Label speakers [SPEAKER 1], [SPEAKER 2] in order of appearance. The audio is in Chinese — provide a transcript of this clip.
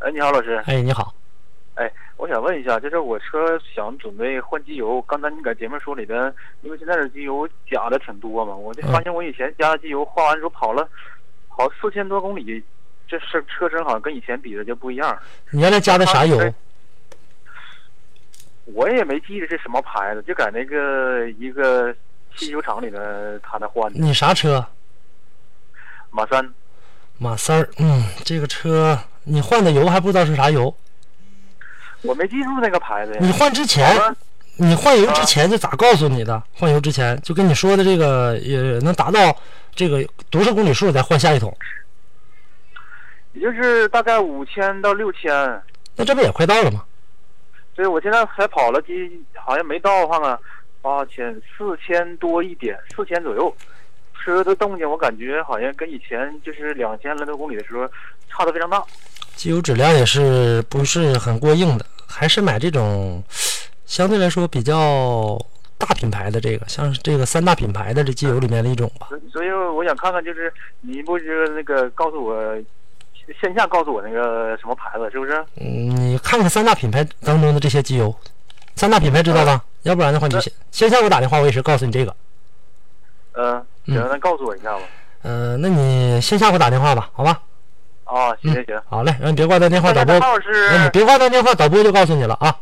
[SPEAKER 1] 哎，你好，老师。
[SPEAKER 2] 哎，你好，
[SPEAKER 1] 哎，我想问一下，就是我车想准备换机油，刚才你在节目说里边，因为现在的机油假的挺多嘛，我就发现我以前加的机油换完之后跑了，跑四千多公里，这是车身好像跟以前比的就不一样。
[SPEAKER 2] 你原来加的啥油？
[SPEAKER 1] 哎我也没记得是什么牌子，就在那个一个汽修厂里边他那换的
[SPEAKER 2] 你啥车？
[SPEAKER 1] 马三，
[SPEAKER 2] 马三儿。嗯，这个车你换的油还不知道是啥油。
[SPEAKER 1] 我没记住那个牌子呀。啊
[SPEAKER 2] 你换之前，你换油之前就咋告诉你的？换油之前就跟你说的这个也能达到这个多少公里数再换下一桶？
[SPEAKER 1] 也就是大概五千到六千，
[SPEAKER 2] 那这不也快到了吗？
[SPEAKER 1] 所以我现在才跑了几，好像没到，看看，八千四千多一点，四千左右。车的动静我感觉好像跟以前就是两千来多公里的时候差的非常大。
[SPEAKER 2] 机油质量也是不是很过硬的，还是买这种相对来说比较大品牌的这个，像是这个三大品牌的这机油里面的一种吧。
[SPEAKER 1] 所以所以我想看看，就是你不是那个告诉我线下告诉我那个什么牌子是不是？
[SPEAKER 2] 嗯，你看看三大品牌当中的这些机油，三大品牌知道吧？要不然的话你就先先下给我打电话，我也是告诉你这个。
[SPEAKER 1] 嗯，行，那告诉我一下吧。
[SPEAKER 2] 呃，那你先下给我打电话吧，好吧？
[SPEAKER 1] 啊，行行行。
[SPEAKER 2] 好嘞，然后你别挂断电话，
[SPEAKER 1] 那
[SPEAKER 2] 导
[SPEAKER 1] 他
[SPEAKER 2] 播，哎
[SPEAKER 1] 号是
[SPEAKER 2] 那你别挂断电话，导播就告诉你了啊。